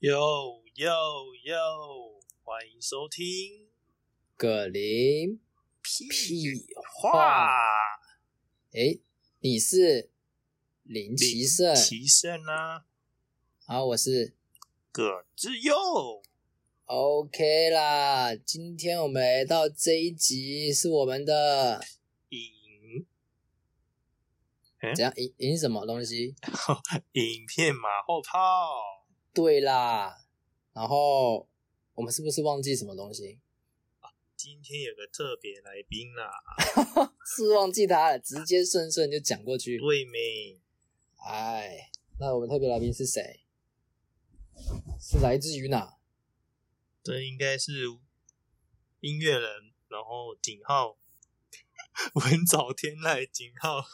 哟哟哟！欢迎收听葛林，屁屁话诶，你是林奇胜，奇胜啊，然后我是葛志佑， OK 啦。今天我们来到这一集是我们的影怎样赢赢什么东西？影片马后炮对啦，然后我们是不是忘记什么东西？今天有个特别来宾啦、是忘记他了，直接顺顺就讲过去。对没？哎，那我们特别来宾是谁？是来自于哪？ 这应该是音乐人，然后井号 文藻天籁井号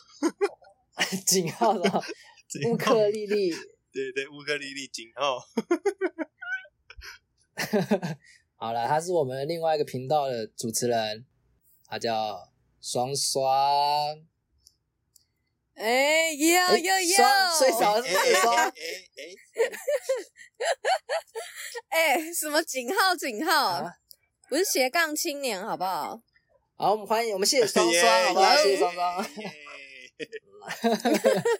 井号的井乌号克丽丽。对对乌克丽丽井号，好了，他是我们另外一个频道的主持人，他叫双双。哎呦呦呦！双最少是哎双，哎哎哎哎，什么井号井号啊？不是斜杠青年，好 不好？好，我们欢迎我们谢 谢双双，好不好？耶谢谢双 双。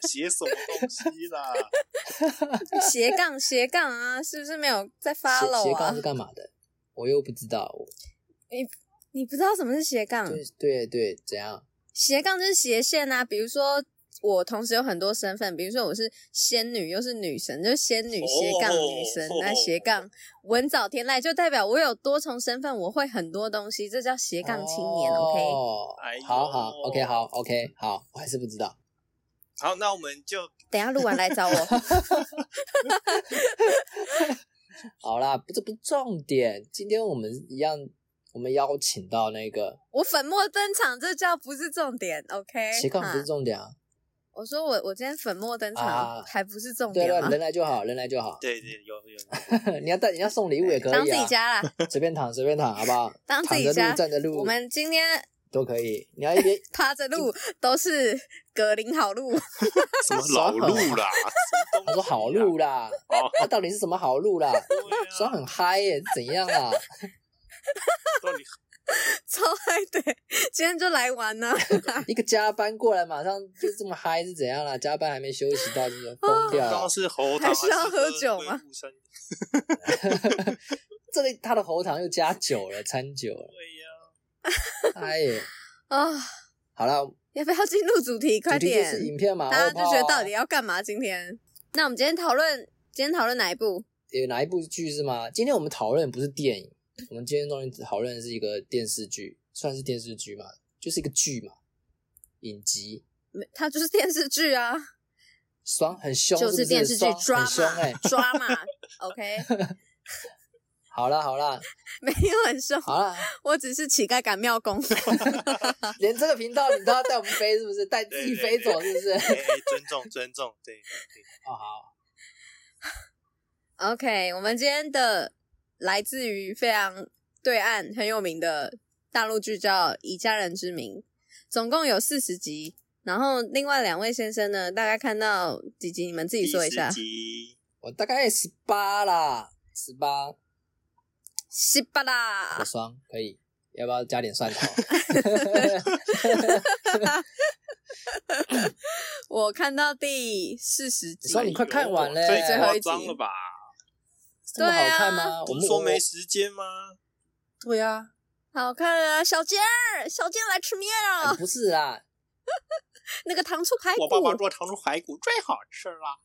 写什么东西啦？斜杠斜杠啊，是不是没有在斜 follow 斜杠啊是？干嘛的？我又不知道。你不知道什么是斜杠？对对对，怎样？斜杠就是斜线啊。比如说，我同时有很多身份，比如说我是仙女，又是女神，就是仙女哦斜杠女神。哦那斜杠文藻天籁，就代表我有多重身份，我会很多东西，这叫斜杠青年。OK，哦哎呦好好，OK，好，OK，好，我还是不知道。好，那我们就。等一下录完来找我。好啦，不这不是重点。今天我们一样，我们邀请到那个我粉墨登场，这叫不是重点，OK？斜杠哎哈不是重点啊。我说我我今天粉墨登啊场，还不是重对点了，吗？人来就好，人来就好 对对有有，你要带，你要送礼物也可以啊。当自己 家啦，随便躺，随便躺，好不好？当自躺己着家录，站着录，我们今天都可以。你要一边趴着 录都是格林好录，什么老路啦？什么东西啊他说好路啦， 哦那、到底是什么好路啦？对啊说很嗨耶、怎样啊？到底超嗨的，今天就来玩呢、一个加班过来马上就这么嗨是怎样啦、加班还没休息到就是疯刚掉了刚。是喉糖还需要喝酒吗？还是喝龟鹿参这里他的喉糖又加酒了，掺酒了，对呀，嗨耶、啊、好啦，要不要进入主题？快主题就是点，影片嘛，大家就觉得到底要要干嘛？今天？那我们今天讨论，今天讨论哪一部？有哪一部剧是吗？今天我们讨论不是电影，我们今天终于讨论的是一个电视剧，算是电视剧嘛，就是一个剧嘛，影集。没它就是电视剧啊，爽很凶，就是不是电视剧爽很凶哎、 drama drama。OK， 好啦好 啦没有很凶，好啦，我只是乞丐赶 庙工。连这个频道你都要带我们飞是不 是？带自己飞走是不是？哎，哎尊重尊重，对对对，哦好， OK，我们今天的来自于非常对岸很有名的大陆剧叫《以家人之名》，总共有四十集。然后另外两位先生呢，大概看到几集，你们自己说一下第十。集 我大概十八啦，十八西巴我啦，双可以，要不要加点 蒜头？我看到第四十集说，你快看完嘞这也最后一夸集张了吧？这么好看吗？不我对们是说没时间吗？对呀、好看啊！小健儿，小健来吃面啊啊！不是啦，那个糖醋排骨，我爸爸做糖醋排骨最好吃了，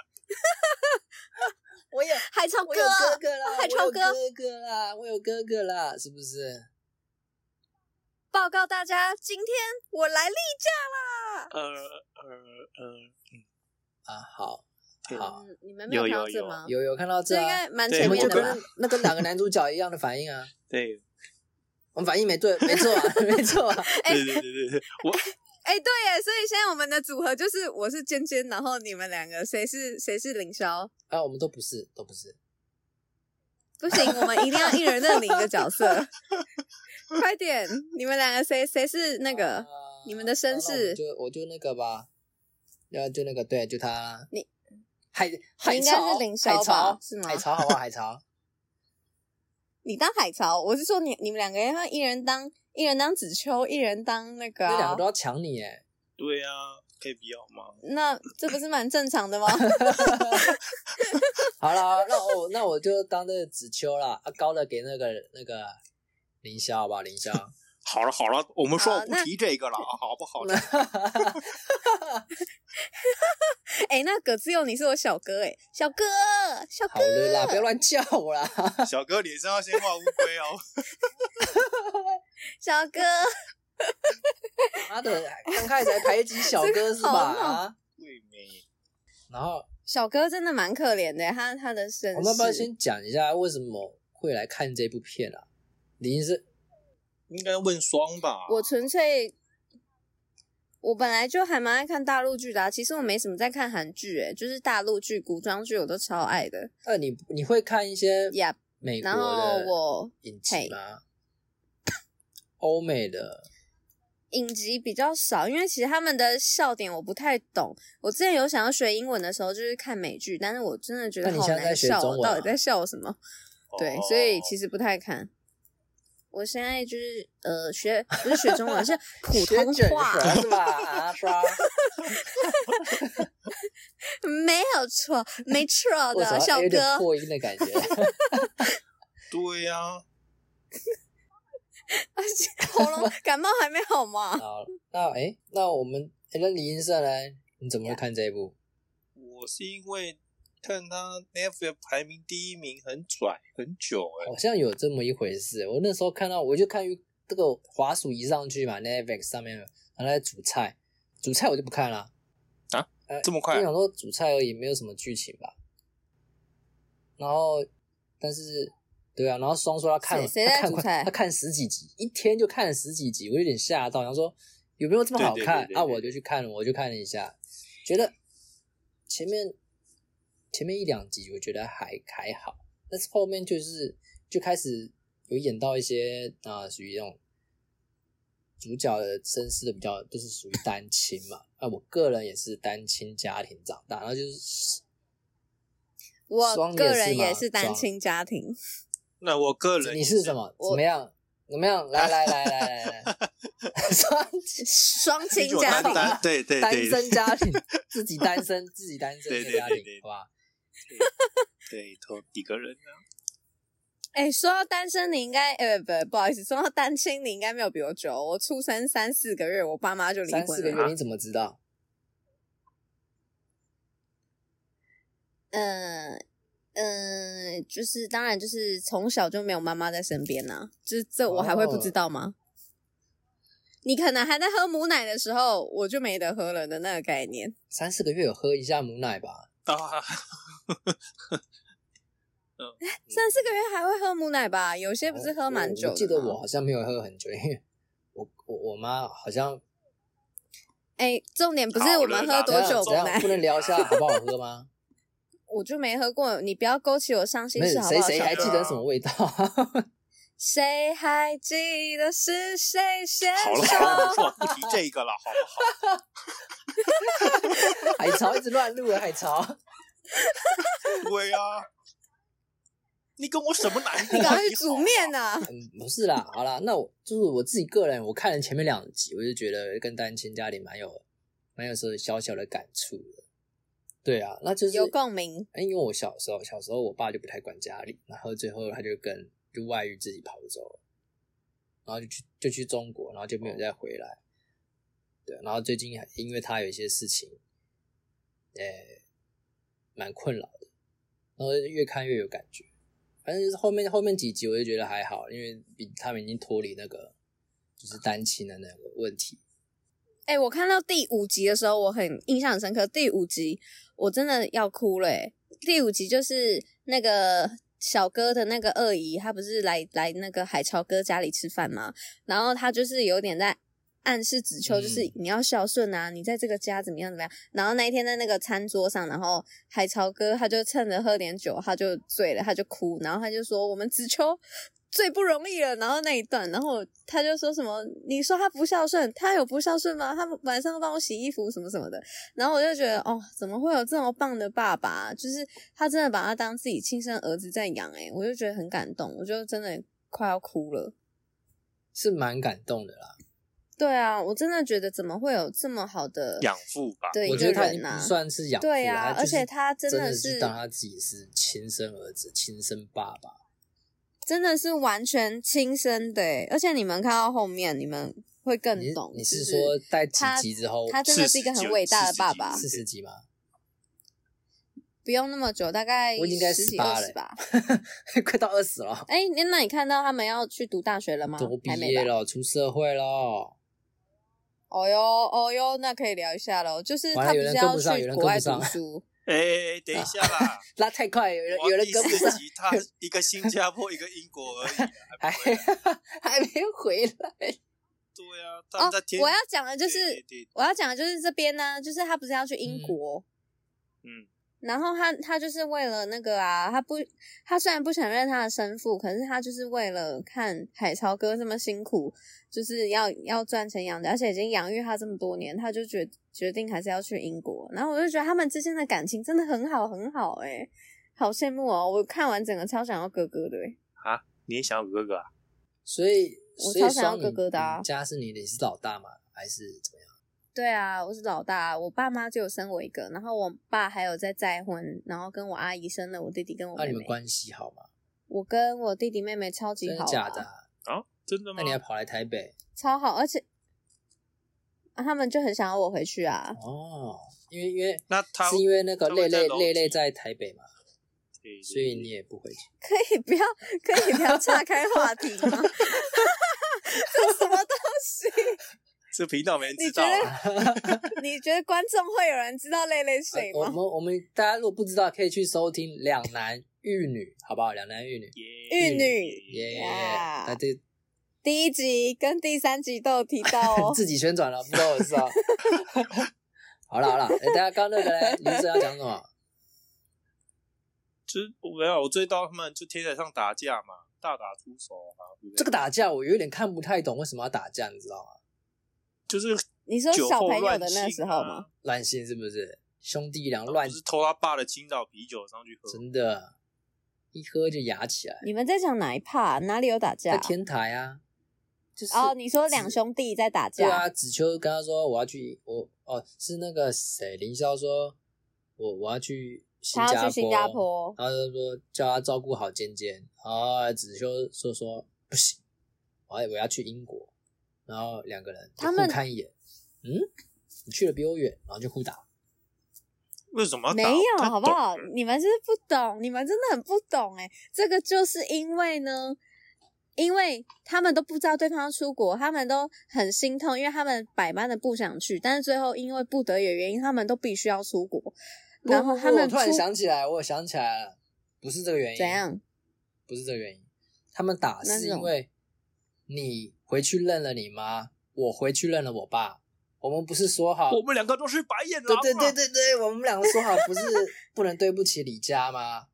我有海超我哥有，哥哥 啦，海超哥我有哥哥啦，我有哥哥啦，是不是？报告大家，今天我来例假啦！呃呃呃，啊好，对好嗯，你们没有有有看到这有吗？有有看到这这应啊？该蛮对我前们就面的跟吧？那跟两个男主角一样的反应啊，对我们反应没对，没错、啊， 没错、啊。哎对对对对对，我哎、对耶，所以现在我们的组合就是我是尖尖，然后你们两个谁是谁是凌霄？啊，我们都不是，都不是。不行，我们一定要一人认领一个角色。 快点，你们两个谁谁是那个？啊你们的绅士那我就我就那个吧，要就那个对，就他。你海海应潮该是林海萧吧潮是吗海潮好不好？海 潮，你当海潮，我是说你你们两个要一人当一人当子秋，一人当那个、这两啊个都，要抢你哎！对啊，可以不要吗？那这不是蛮正常的吗？ 好了，那我那我就当这个子秋啦，啊，高的给那个那个林霄，好不好？林霄，好了好了，我们好说不啊那提这个了，啊好不好？哎、那葛志勇，你是我小哥哎、小哥小好哥，了啦，不要乱叫我啦。 小哥脸上要先画乌龟 哦。小哥， 妈的，刚开始还排挤小哥是吧？这个好闹啊对没？然后小哥真的蛮可怜的、他他的身世，我们要哦不要先讲一下为什么会来看这部片啊？你是应该问双吧。我纯粹，我本来就还蛮爱看大陆剧的、啊。其实我没什么在看韩剧，诶，就是大陆剧、古装剧我都超爱的。呃，你你会看一些 Yep，美国然后的我影集吗？ 欧美的影集比较少，因为其实他们的笑点我不太懂。我之前有想要学英文的时候，就是看美剧，但是我真的觉得那你好现在在难学笑哦，中文到啊底在笑什么？哦对，所以其实不太看。我现在就是呃学不是学中文，是普 学通卷话。舌是吧？啊，刷 没有错，没错为什的，么小有点哥。破音的感 觉？对呀，而且喉咙感冒还没 好吗？好，那哎、诶那我们诶那李英社呢？你怎么会看这一部？我是因为看他 Netflix 排名第一名很拽很久哎，好像有这么一回事。我那时候看到，我就看预这个滑鼠移上去嘛，Netflix 上面，然后在煮菜，煮菜我就不看了。啊呃这么快我想说煮菜而已，没有什么剧情吧。然后，但是，对啊，然后双说他看了，谁谁他在看煮快菜他看十几集，一天就看了十几集，我有点吓到，然后说有没有这么好对对看对对啊？对我就去看了，我就看了一下，觉得前面前面一两集我觉得还还好，但是后面就是就开始有演到一些啊，属于那种主角的身世的比较，就是属于单亲嘛。啊，我个人也是单亲家庭长大，然后就是我双个也是人也吗是单双亲家庭， 那我个人你是什么？我怎么样？怎么样？来来来来来来，双双你亲就单家庭。单对 对单对对身家庭，自己单身，自己单身对的对家对庭对，好吧？对，头几个人啊？哎，说到单身，你应该呃不不好意思，说到单亲，你应该没有比我久。哦我出生三四个月，我爸妈就离三四个婚了。月你怎么知道？嗯嗯，就是当然就是从小就没有妈妈在身边呐、就是这我还会哦不知道吗？你可能还在喝母奶的时候，我就没得喝了的那个概念。三四个月有喝一下母奶吧？啊，三四个月还会喝母奶吧？有些不是喝蛮久的哦我我记得吗我好像没有喝很久，因为我我我妈好像哎、重点不好是了我们喝啦怎多样久怎母样奶不，能聊一下好不好喝 吗？我就没喝过。你不要勾起我伤心没事有好不谁好？谁小还哥记得什么味道？ 谁还记得是谁先好 了好了，我手？说不提这个了，好不好？海潮一直乱入了，海潮。对啊，你跟我什么难度啊？你赶快去煮好面呐、啊！嗯，不是啦，好啦，那我就是我自己个人，我看了前面两集，我就觉得跟单亲家庭蛮有蛮有时候小小的感触的。对啊，那就是有共鸣。哎，因为我小时候小时候我爸就不太管家里，然后最后他就跟就外遇自己跑走了，然后就去就去中国，然后就没有再回来。对，然后最近还因为他有一些事情，呃、蛮困扰的，然后越看越有感觉。反正就是后面后面几集我就觉得还好，因为比他们已经脱离那个就是单亲的那个问题。哎、我看到第五集的时候，我很印象很深刻。第五集我真的要哭了、欸。第五集就是那个小哥的那个二姨，她不是来来那个海潮哥家里吃饭吗？然后她就是有点在暗示子秋，就是嗯你要孝顺啊，你在这个家怎么样怎么样。然后那一天在那个餐桌上，然后海潮哥他就趁着喝点酒，他就醉了，他就哭，然后他就说：“我们子秋最不容易了。然后那一段，然后他就说什么，你说他不孝顺，他有不孝顺吗？他晚上帮我洗衣服什么什么的。然后我就觉得，哦，怎么会有这么棒的爸爸啊？就是他真的把他当自己亲生儿子在养，诶，我就觉得很感动，我就真的快要哭了。是蛮感动的啦。对啊，我真的觉得怎么会有这么好的养父吧，的一我觉个得他已经人不啊？算是养父了，对啊他就是而且他真真的是是当他自己是亲生儿子、亲生爸爸。真的是完全亲生的欸诶，而且你们看到后面，你们会更你懂。你就是说在几他集之后，他真的是一个很伟大的爸爸40，四十集吗？ 不用那么久，大概我已经该十几18二了十吧。快到二十了，哎、那那你看到他们要去读大学了吗？都毕还没业吧。了，出社会了。哦哟哦哟，那可以聊一下喽。就是完了他不有是人要跟不上去有人国跟外不上读书？哎、哎哎，等一下 啦，拉太快，有人我有人跟不第上四，集他一个新加坡，一个英国而已。还 还没 回来。对啊，他哦们在天，，我要讲的就对是对对我要讲的就是这边呢、就是他不是要去英嗯国，嗯，然后他他就是为了那个啊，他不他虽然不承认他的生父，可是他就是为了看海潮哥这么辛苦，就是要要赚钱养的，而且已经养育他这么多年，他就决决定还是要去英国。然后我就觉得他们之间的感情真的很好很好诶、好羡慕哦！我看完整个超想要哥哥的、欸，你也想要哥哥啊？ 所以， 我所以超想要双哥哥的啊你家是你的，你是老大吗？还是怎么样？对啊，我是老大，我爸妈就有生我一个，然后我爸还有在再婚，然后跟我阿姨生了我弟弟跟我那、妹你妹们。关系好吗？我跟我弟弟妹妹超级真好、的啊，假的啊、啊，真的吗那？你还跑来台北超好，而且、啊他们就很想要我回去啊。 哦？因为因为那他是因为那个他会累在累楼累累梯在台北嘛，对对所以你对也不回去。可以不要，可以不要岔开话题吗？ 这什么东西？这频道没人你知觉道啊。得你觉得观众会有人知道累累是谁呃我吗？们我们大家如果不知道，可以去收听《两男育女》，好不好？两男育女，玉玉女耶、哇那这。第一集跟第三集都有提到哦 自己宣传了，不关我的事啊。 好了好了，哎、大家刚刚那个嘞，你是要讲什么？就是我没有，我追到他们就天台上打架嘛，大打出手啊。对不对这个打架我有点看不太懂，为什么要打架？你知道吗？就是你说酒小后朋友乱的那性时候啊吗？乱性是不是？兄弟俩乱不，是偷他爸的青岛啤酒上去喝，真的，一喝就哑起来。你们在讲哪一 part？哪里有打架在啊？天台啊，就是哦，你说两兄弟在打对架？啊，子秋跟他说我要去，我哦是那个谁林霄说，我我要去新他加要坡，去新加坡，然后就说叫他照顾好尖尖，然后子修就说不行，我要我要去英国，然后两个人就他们互看一眼，嗯，你去的比我远，然后就互打，为什么哦要打？没有，他好不好懂？你们是不懂，你们真的很不懂哎、这个就是因为呢，因为他们都不知道对方要出国，他们都很心痛，因为他们百般的不想去，但是最后因为不得已的原因，他们都必须要出国。然后不不不他们我突然出想起来，我想起来了，不是这个原因，怎样？不是这个原因，他们打那是是什因么为你回去认了你妈，我回去认了我爸，我们不是说好我们两个都是白眼对狼啊。对对对对，我们两个说好不 是不能对不起李家吗？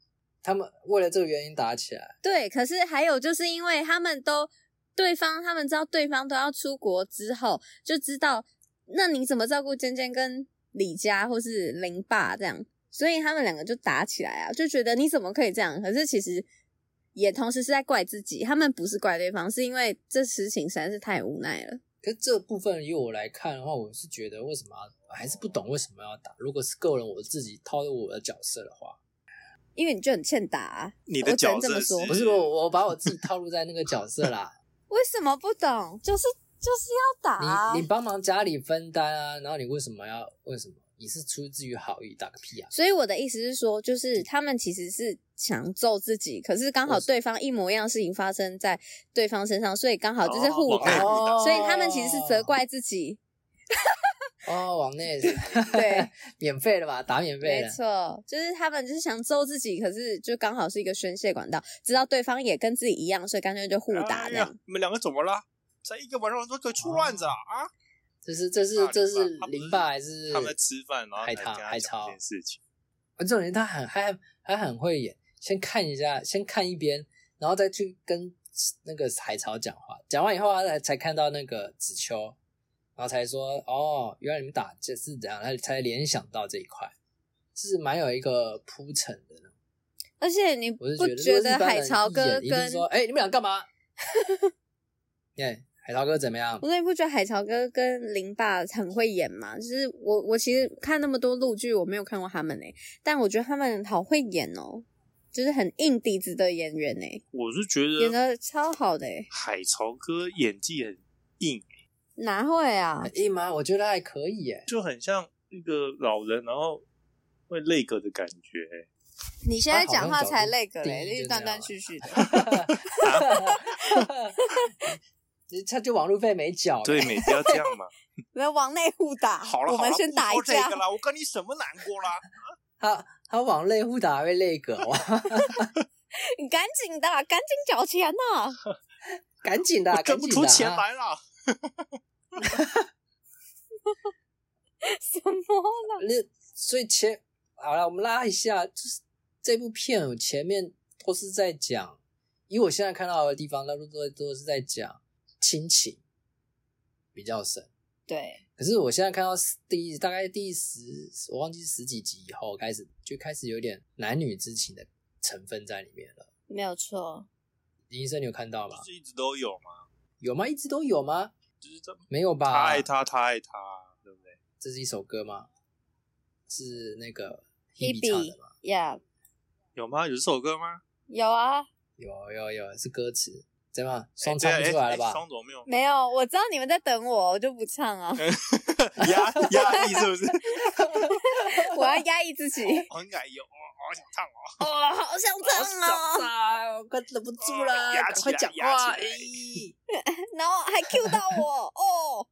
他们为了这个原因打起来，对，可是还有就是因为他们都对方，他们知道对方都要出国之后，就知道那你怎么照顾尖尖跟李佳或是林爸这样，所以他们两个就打起来啊，就觉得你怎么可以这样？可是其实也同时是在怪自己，他们不是怪对方，是因为这事情实在是太无奈了。可是这部分以我来看的话，我是觉得为什么要还是不懂为什么要打？如果是个人我自己套入我的角色的话，因为你就很欠打、啊，你的我只角能这么色说是不是我我把我自己套入在那个角色 啦，为什么不懂？就是就是要打、啊你你帮忙家里分担啊，然后你为什么要为什么？你是出自于好意，打个屁啊！所以我的意思是说，就是他们其实是想揍自己，可是刚好我是对方一模一样的事情发生在对方身上，所以刚好就是互哦往内打，互打所以他们其实是责怪 自己。哦，往内 对，免费的吧，打免费没的。错，就是他们就是想揍自己，可是就刚好是一个宣泄管道，知道对方也跟自己一样，所以干脆就互打哎这呀样。你们两个怎么了？在一个晚上都可以出乱子啊！啊，这是这是霸凌这吧是啊他不是林爸还是他们在吃饭，然后海才棠跟他海呃讲潮这件事情。我这种人他很还还很会演，先看一下，先看一边，然后再去跟那个海潮讲话，讲完以后啊，才才看到那个子秋，然后才说哦，原来你们打这是怎样，他才联想到这一块，是蛮有一个铺陈的呢。而且你我是不觉得，觉如果得日本人海潮哥一眼一定跟说，哎、你们俩干嘛？ 耶、海潮哥怎么样 我？说你不觉得海潮哥跟林爸很会演吗？就是我我其实看那么多陆剧，我没有看过他们诶、但我觉得他们好会演哦，就是很硬底子的演员诶、我是啊觉演得的超好的欸诶、海潮哥演技很硬，哪会啊？很硬哎吗？我觉得还可以耶、就很像一个老人，然后会泪哥的感觉。你现在讲话才那个啊好像嘞，早就就是断断 续续的。他就网路费没缴、对，每次要这样嘛。我们往内互打，好了，我们好了先不打一说架这个。啦，我跟你什么难过啦？他他往内互打会累个，哇， 你赶紧的，赶紧缴钱呐！ 赶紧的，我赶挣紧不的出钱啊来啦。什么？那所以前好了，我们拉一下，就是这部片我哦前面都是在讲，以我现在看到的地方，那都都都是在讲亲情比较深。对，可是我现在看到第一大概第十，我忘记十几集以后开始就开始有点男女之情的成分在里面了。没有错。林医生，你有看到吗不？是一直都有嘛，有吗？一直都有吗？就是这么没有吧？他爱他，他爱他，对不对？这是一首歌吗？是那个 Hebe Hebe 唱的吗？呀，有吗？有这首歌吗？有啊，有有有，是歌词，怎么样哎双唱对不哎出来了哎吧？双总没有没有。我知道你们在等我，我就不唱啊， 压压力是不是？ 我要压抑自己。我很感有，我好想唱哦。哦，好想唱好啊！傻我快忍不住了，哦压赶起快来讲压话！起来咦然后还 Q 到 我哦，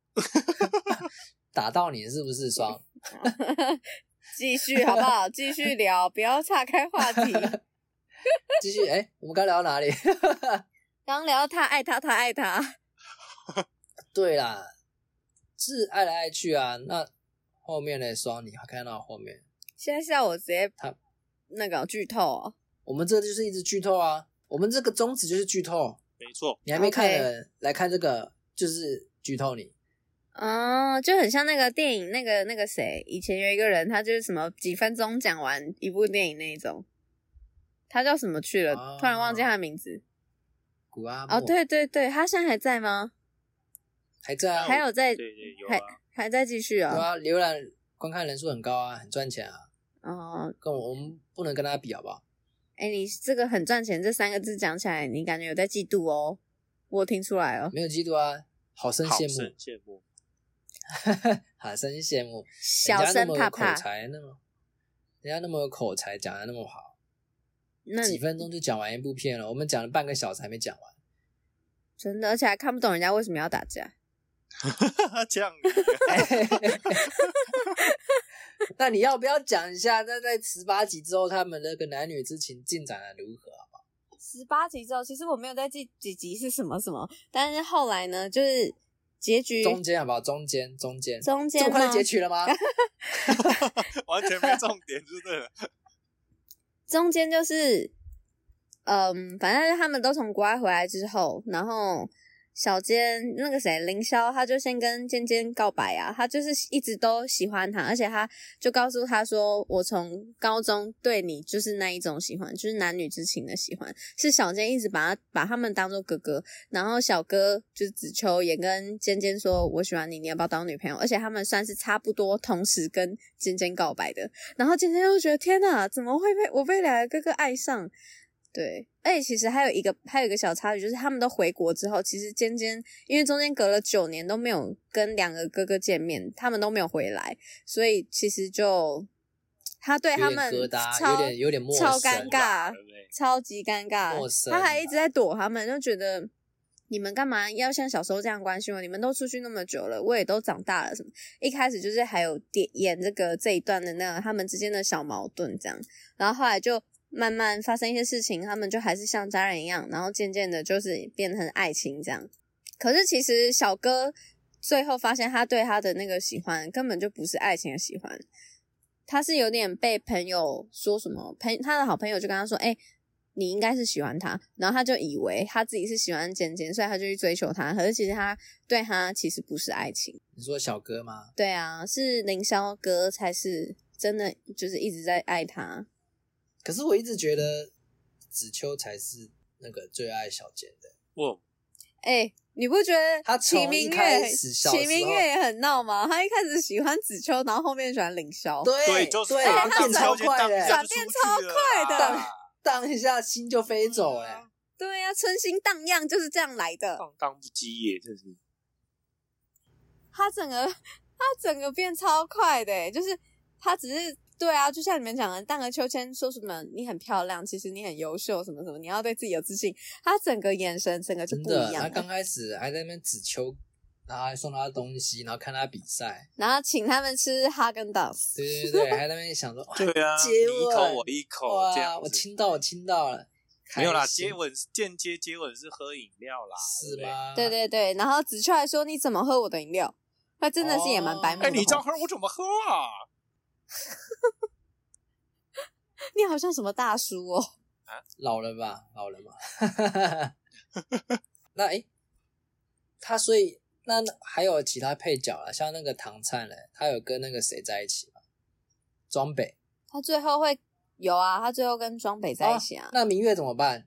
打到你是不是双？继续好不 好？继续聊，不要岔开话题。继续，哎，我们刚聊到哪里？ 刚聊他爱他，他爱他，对啦，是爱来爱去啊。那后面呢？双，你看到后面，现在是要我直接他那个剧透哦。我们这就是一直剧透啊。我们这个宗旨就是剧透，没错，你还没看 OK 的人来看这个，就是剧透你。哦，就很像那个电影，那个那个谁，以前有一个人，他就是什么几分钟讲完一部电影那一种，他叫什么去了？哦突然忘记他的名字。古阿莫哦，对对对，他现在还在吗？还在啊，还有在对对有还啊。还在继续对啊？啊，浏览观看人数很高啊，很赚钱啊。哦，跟我我们不能跟他比，好不好？哎，你这个很赚钱这三个字讲起来，你感觉有在嫉妒哦？我听出来哦，没有嫉妒啊，好生好羡生慕，羡慕， 好生羡慕。小人家声那么怕有口怕。才那么，人家那么有口才，讲的那么好，那几你分钟就讲完一部片了。我们讲了半个小时还没讲完， 真的，而且还看不懂人家为什么要打架。 这样那你要不要讲一下？那在十八集之后，他们那个男女之情进展的如何？啊十八集之后，其实我没有在记几集是什么什么，但是后来呢，就是结局中间好不好？中间中间，中这间么快吗就？结局了 吗？完全 没重点，就对了。中间就是，嗯，反正他们都从国外回来之后，然后小坚那个谁凌霄，他就先跟尖尖告白啊，他就是一直都喜欢他，而且他就告诉他说，我从高中对你就是那一种喜欢，就是男女之情的喜欢，是小坚一直把他把他们当做哥哥，然后小哥就是子秋也跟尖尖说，我喜欢你，你要不要当我女朋友？而且他们算是差不多同时跟尖尖告白的，然后今天又觉得天哪，怎么会被我被两个哥哥爱上？对，而且其实还有一个还有一个小插曲，就是他们都回国之后，其实尖尖因为中间隔了九年都没有跟两个哥哥见面，他们都没有回来，所以其实就他对有他点们疙瘩，超有点有点陌生，啊超尴尬对不对？超级尴尬陌，生啊他还啦一直在躲他们，就觉得你们干嘛要像小时候这样关心我？你们都出去那么久了，我也都长大了，什么？一开始就是还有点演这个这一段的那个他们之间的小矛盾这样，然后后来就慢慢发生一些事情，他们就还是像家人一样，然后渐渐的就是变成爱情这样。可是其实小哥最后发现，他对他的那个喜欢根本就不是爱情的喜欢，他是有点被朋友说什么，朋他的好朋友就跟他说：“哎、你应该是喜欢他，然后他就以为他自己是喜欢简简，所以他就去追求他。可是其实他对他其实不是爱情，你说小哥吗？对啊，是凌霄哥才是真的，就是一直在爱他。可是我一直觉得子秋才是那个最爱小简的。哇，哎、你不觉得他从齐明一开月始小时候齐明月也很闹吗？他一开始喜欢子秋，然后后面喜欢凌霄，对对，就是对而且他变超转快的，欸啊转变超快的荡荡一下心就飞走哎、啊欸，对呀、春心荡漾就是这样来哦的。放荡不羁耶，真是。他整个他整个变超快的欸，就是他只是对啊，就像你们讲的，荡个秋千说什么你很漂亮，其实你很优秀，什么什么，你要对自己有自信。他整个眼神，整个就真不的。一啊他样刚了。开始还在那边指秋，然后还送他东西，然后看他比赛，然后请他们吃哈根达斯，对对对，还在那边想 说，哇对啊，接你一口吻，我一口这样哇，子，我亲到我亲到了，没有啦，开心接吻间接接吻是喝饮料啦，对是不对？吗？对对对。然后子秋还说你怎么喝我的饮料？他真的是也蛮白目的哎，吼。你嗯这样喝我怎么喝啊？你好像什么大叔哦？老了吧， 老了嘛。那诶、他所以那那还有其他配角啦，像那个唐灿嘞，他有跟那个谁在一起吗？庄北他最后会有啊，他最后跟庄北在一起啊。那明月怎么办？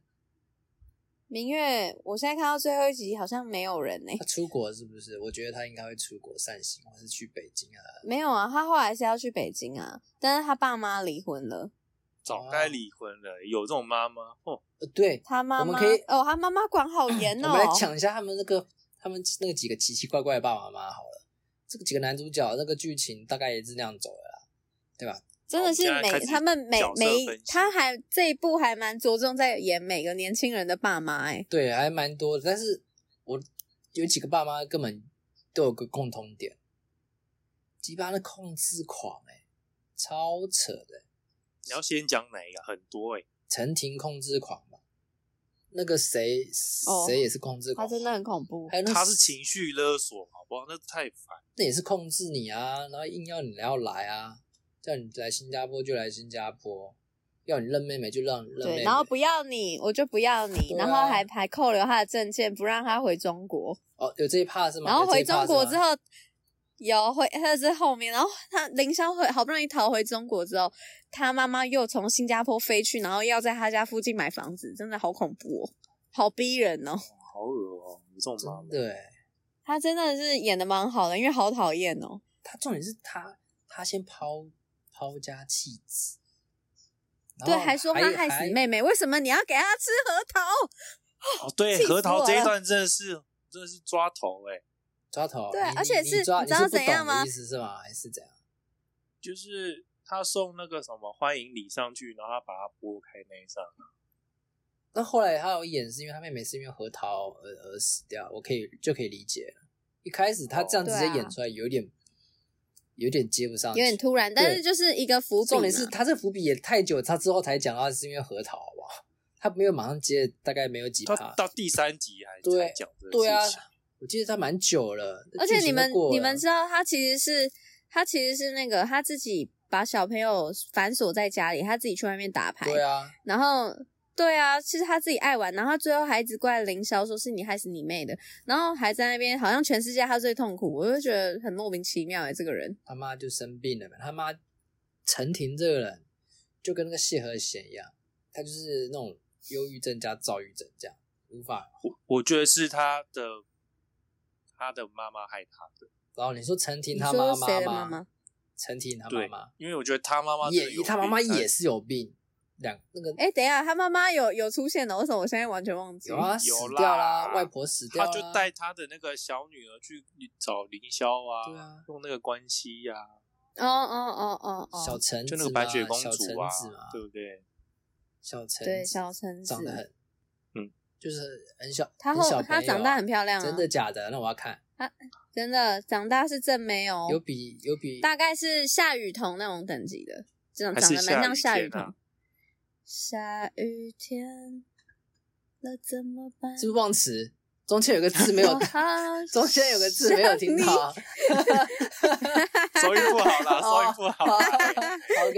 明月，我现在看到最后一集好像没有人欸呢、他出国是不是？我觉得他应该会出国散心，或是去北京啊。没有啊，他后来是要去北京啊，但是他爸妈离婚了，早该离婚了，有这种妈妈哦，呃，对，他妈我妈们可以哦，他妈妈 管好严我哦、们来讲一下他们那个他们那几个奇奇怪怪的爸爸妈妈好了。这个几个男主角那个剧情大概也是那样走的啦，对吧？真的是好我们现每在开始他们每角色每分析他还这一部还蛮着重在演每个年轻人的爸妈哎、对，还蛮多的。但是我有几个爸妈根本都有个共同点，鸡巴的控制狂哎、超扯的。你要先讲哪一个？很多哎，陈婷控制狂嘛，那个谁哦谁也是控制狂，他真的很恐怖还。有那他是情绪勒索，好不好？那太烦。那也是控制你啊，然后硬要你要来啊，叫你来新加坡就来新加坡，要你认妹妹就让你认妹妹。对，然后不要你，我就不要你，对啊然后还还扣留他的证件，不让他回中国。哦，有这一趴是吗？然后有这回一趴中是国吗之后，有回他是后面，然后他凌霄回好不容易逃回中国之后，他妈妈又从新加坡飞去，然后要在他家附近买房子，真的好恐怖哦，好逼人哦。好恶哦、有这种妈妈。真的欸，他真的是演的蛮好的，因为好讨厌哦。他重点是他他先抛抛家弃子，然对，后啊还说他害死妹妹，为什么你要给他吃核桃？ 哦，气对，死核桃我这一了段真的是真的是抓头哎、抓头，对你你而且是你抓你知道你是不怎样懂的吗意思是吗？还是怎样？就是他送那个什么欢迎礼上去，然后他把它拨开那一张，那后来他有演是因为他妹妹是因为核桃而而死掉，我可以就可以理解了。一开始他这样直接对啊演出来，有点、有点接不上有去，点啊突然，但对是就是一个伏笔嘛。重点是他这伏笔也太久，他之后才讲到是因为核桃，好不好？他没有马上接，大概没有几他趴。到第三集还对才讲这对啊个事情。，我记得他蛮久了，而且剧你情都们过你了啊们知道，他其实是他其实是那个他自己把小朋友反锁在家里，他自己去外面打牌。对啊，然后对啊，其实他自己爱玩，然后他最后还一直怪凌霄说是你害死你妹的，然后还在那边好像全世界他最痛苦，我就觉得很莫名其妙哎、这个人他妈就生病了嘛。他妈陈婷这个人就跟那个谢和弦一样，他就是那种忧郁症加躁郁症这样，无法。我我觉得是他的他的妈妈害他的，然后你说陈婷你他说谁妈的妈吗妈？陈婷他妈对妈因为我觉得他妈妈真的也有他妈病妈才也是有病，两那个哎、等一下，他妈妈有有出现的，为什么我现在完全忘记？有啊死有掉啦，啦外婆死掉啊他啦，就带他的那个小女儿去找凌霄啊，对啊用那个关系呀、哦哦哦哦哦，小橙就子那嘛，个白雪公小橙主啊子嘛，，对不对？ 小橙对子小橙子长得很，嗯，就是很小，她很小后她朋友长大很漂亮啊，真的假的？那我要看，真的长大是真没有，有比有比哦大概是夏雨桐那种等级的，这种还长是得蛮像夏夏雨雨天啊桐。下雨天了怎么办？是不是忘词？中间有个字没 哦有，啊中间有个字没有听到啊。收音不好 啦，收音不好。哦 OK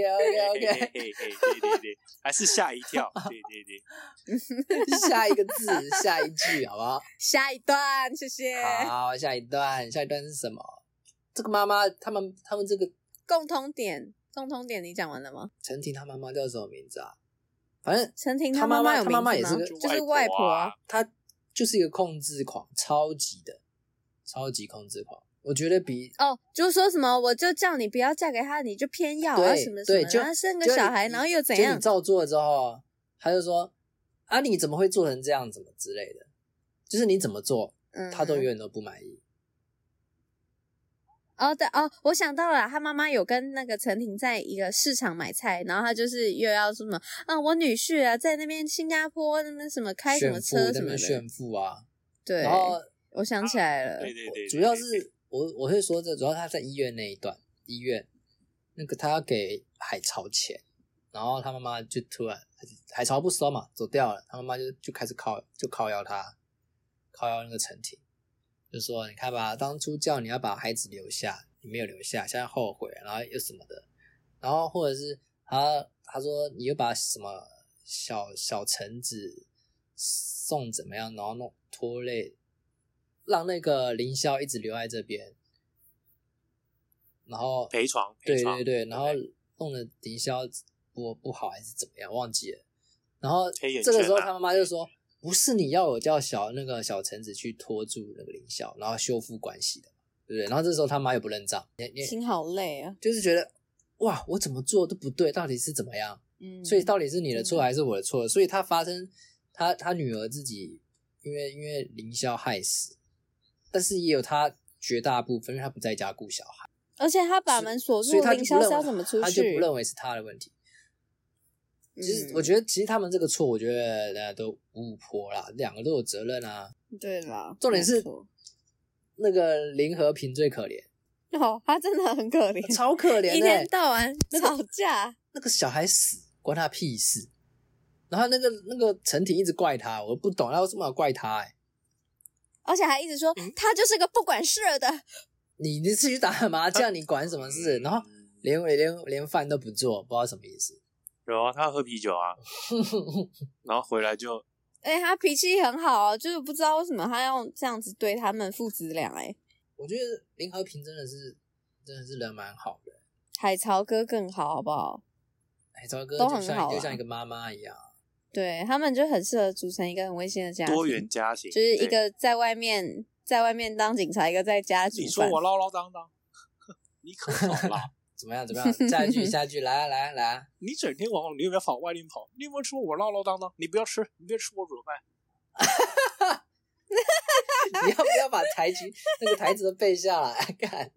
嘿 OK 嘿 OK，嘿嘿对对对，还是吓一跳，对对 对。下一个字，下一句，好不 好？下一段，谢谢。好，下一段，下一段是什么？这个妈妈，他们他们这个共通点，共通点，你讲完了吗？陈婷她妈妈叫什么名字啊？反正陈婷她妈妈妈有她名妈字妈吗？也是个就是外婆啊啊，她就是一个控制狂，超级的，超级控制狂。我觉得比哦，就是说什么我就叫你不要嫁给他，你就偏要啊对什么什对么，就然后生个就小你孩，你然后又怎就样你？照做了之后，他就说：“啊，你怎么会做成这样？怎么之类的？”就是你怎么做，嗯，他都永远都不满意。哦，对哦，我想到了，他妈妈有跟那个陈婷在一个市场买菜，然后他就是又要说什么啊，我女婿啊，在那边新加坡那边什么开什么炫富车那什么边的，炫富啊，对然，后我想起来了，对对对，呃主要是我我会说这，主要他在医院那一段，医院那个他要给海潮钱，然后他妈妈就突然海潮不收嘛，走掉了，他妈妈就就开始靠就靠邀他，靠邀那个陈婷，就说你看吧，当初叫你要把孩子留下，你没有留下，现在后悔，然后又什么的，然后或者是他他说你又把什么小小橙子送怎么样，然后弄拖累，让那个凌霄一直留在这边，然后陪床，陪对床对对，然后对弄得凌霄不不好还是怎么样，忘记了。然后黑眼这个圈时候啊他妈妈就说：“不是你要我叫小那个小橙子去拖住那个凌霄，然后修复关系的嘛，对不对？”然后这时候他妈也不认账，也也心好累啊，就是觉得哇，我怎么做都不对，到底是怎么样？嗯，所以到底是你的真错的还是我的错？所以他发生他他女儿自己因为因为凌霄害死，但是也有他绝大部分，因为他不在家顾小孩，而且他把门锁住，所以他就凌不霄是要认怎么为出去？嗯他就不认为是他的问题。其实我觉得，其实他们这个错，我觉得大家都五五坡啦，两个都有责任啊。得对啦，重点是没错那个林和平最可怜，哦，他真的很可怜，欸超可怜一的、欸天到晚那个吵架，那个小孩死关他屁事。然后那个那个陈婷一直怪他，我不懂，他为什么要怪他、欸？而且还一直说嗯他就是个不管事儿的，你你自己打麻将，你管什么事？然后嗯连连连饭都不做，不知道什么意思。 有啊，他喝啤酒啊，然后回来就哎、他脾气很好啊，就是不知道为什么他要这样子对他们父子俩、哎，我觉得林和平真的是真的是人蛮好的，海潮哥更好，好不好？海超哥都就很好像啊就像一个妈妈一样。对他们就很适合组成一个很温馨的家庭，多元家庭，就是一对个在外面在外面当警察，一个在家煮你说饭。我唠唠叨叨， 你可少 啦！怎么样？怎么样？下 一句，下一句，来啊，来啊，来啊！你整天往里面跑，外面跑，你有没有吃过我唠唠叨叨？你不要吃，你别吃我煮的饭。你要不要把台词那个台词都背下来？看，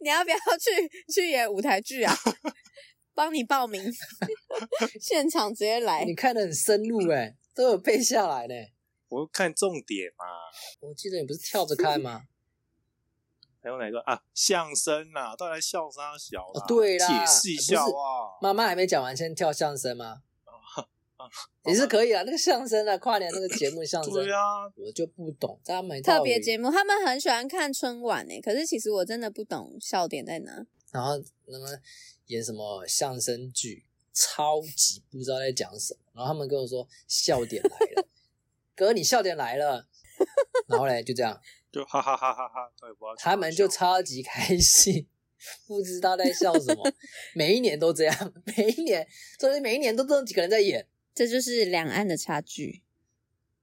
你要不要去去演舞台剧啊？ 帮你报名， 现场直接来哎你。看的很深入哎、都有背下来呢、我看重点嘛，我记得你不是跳着看吗？还有哪个啊？相声啦，当然笑声小啦哦，对啦解释一下不是啊。妈妈还没讲完，先跳相声吗啊？也是可以啊，那个相声啊，跨年那个节目相声，对啊，我就不懂，他们特别节目，他们很喜欢看春晚诶、可是其实我真的不懂笑点在哪。然后那么演什么相声剧，超级不知道在讲什么。然后他们跟我说笑点来了，哥你笑点来了， 然后嘞就这样，就哈哈哈哈哈，对，不要去他们哦就笑超级开心，不知道在笑什么。每一年都这样， 每一年，所以每一年都这么几个人在演。这就是两岸的差距。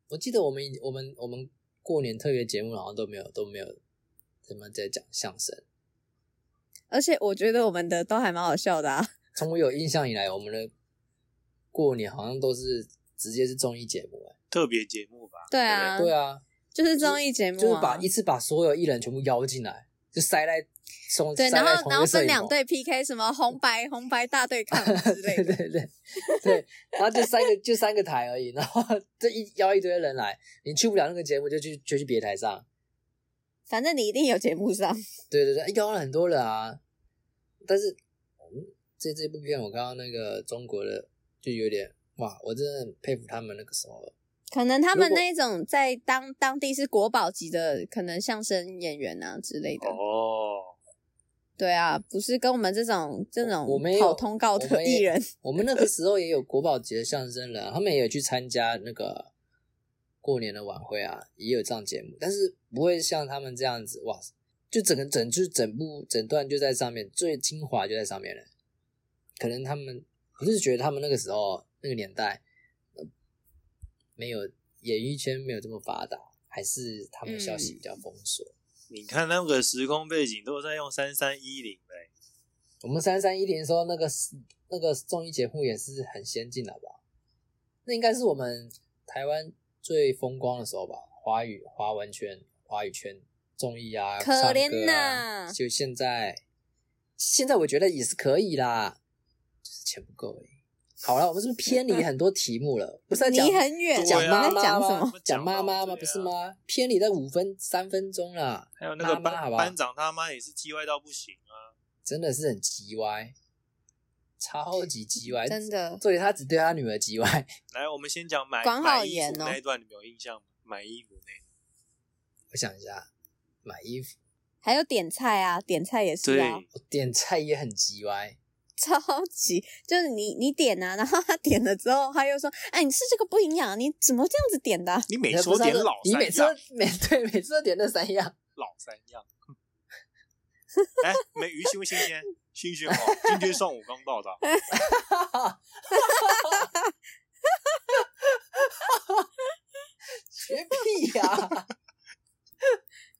我记得我们以我们我们过年特别节目好像都没有都没有他们在讲相声。而且我觉得我们的都还蛮好笑的啊。从我有印象以来，我们的过年好像都是直接是综艺节啊目、欸。特别节目吧。对啊，对啊，就是综艺节目、啊，就是把一次把所有艺人全部邀进来，就塞在从对，塞然在后同然一后个摄分影两棚。队 PK，什么红白红白大对抗 之类 对的。对对对，然后就三个就三个台而已，然后这一邀一堆人来，你去不了那个节目就去就去别台上，反正你一定有节目上，对对对，邀了很多人啊。但是嗯这这部片我刚刚那个中国的就有点哇，我真的很佩服他们那个时候可能他如们果那一种在当当地是国宝级的，可能相声演员啊之类的。哦，对啊，不是跟我们这种这种我们也有跑通告我的们也艺 人，我们那个时候也有国宝级的相声人啊，他们也有去参加那个过年的晚会啊，也有这样节目，但是不会像他们这样子哇，就整个整就是整部整段就在上面，最精华就在上面了。可能他们，我就是觉得他们那个时候那个年代，呃没有演艺圈没有这么发达，还是他们消息比较封锁。你看那个时空背景都在用三三一零嘞，我们三三一零的时候，那个是那个综艺节目也是很先进的，好不好？那应该是我们台湾最风光的时候吧，华语华文圈、华语圈综艺啊，可唱歌怜啊呐就现在，现在我觉得也是可以啦，就是钱不够而已。好了，我们是不是偏离很多题目了？不是在离讲很远，对啊我们在妈讲妈什吗么？讲妈妈对吗？啊不是吗？偏离在五分三分钟啦，还有那个妈妈班好不好班长他妈也是叽歪到不行啊，真的是很叽歪，超级叽歪，真的，所以他只对他女儿叽歪。来，我们先讲买管好买衣严服哦那一段，你们有印象吗？买衣服那一段我想一下，买衣服还有点菜啊，点菜也是啊，点菜也很叽歪，超级就是你你点啊，然后他点了之后，他又说，哎，你吃这个不营养，你怎么这样子点的啊、你每那次不都是点他说老你三每次都样，每对每次都点那三样，老三样。哎，美鱼新不新鲜？新鲜哦，今天上午刚到达。学屁呀、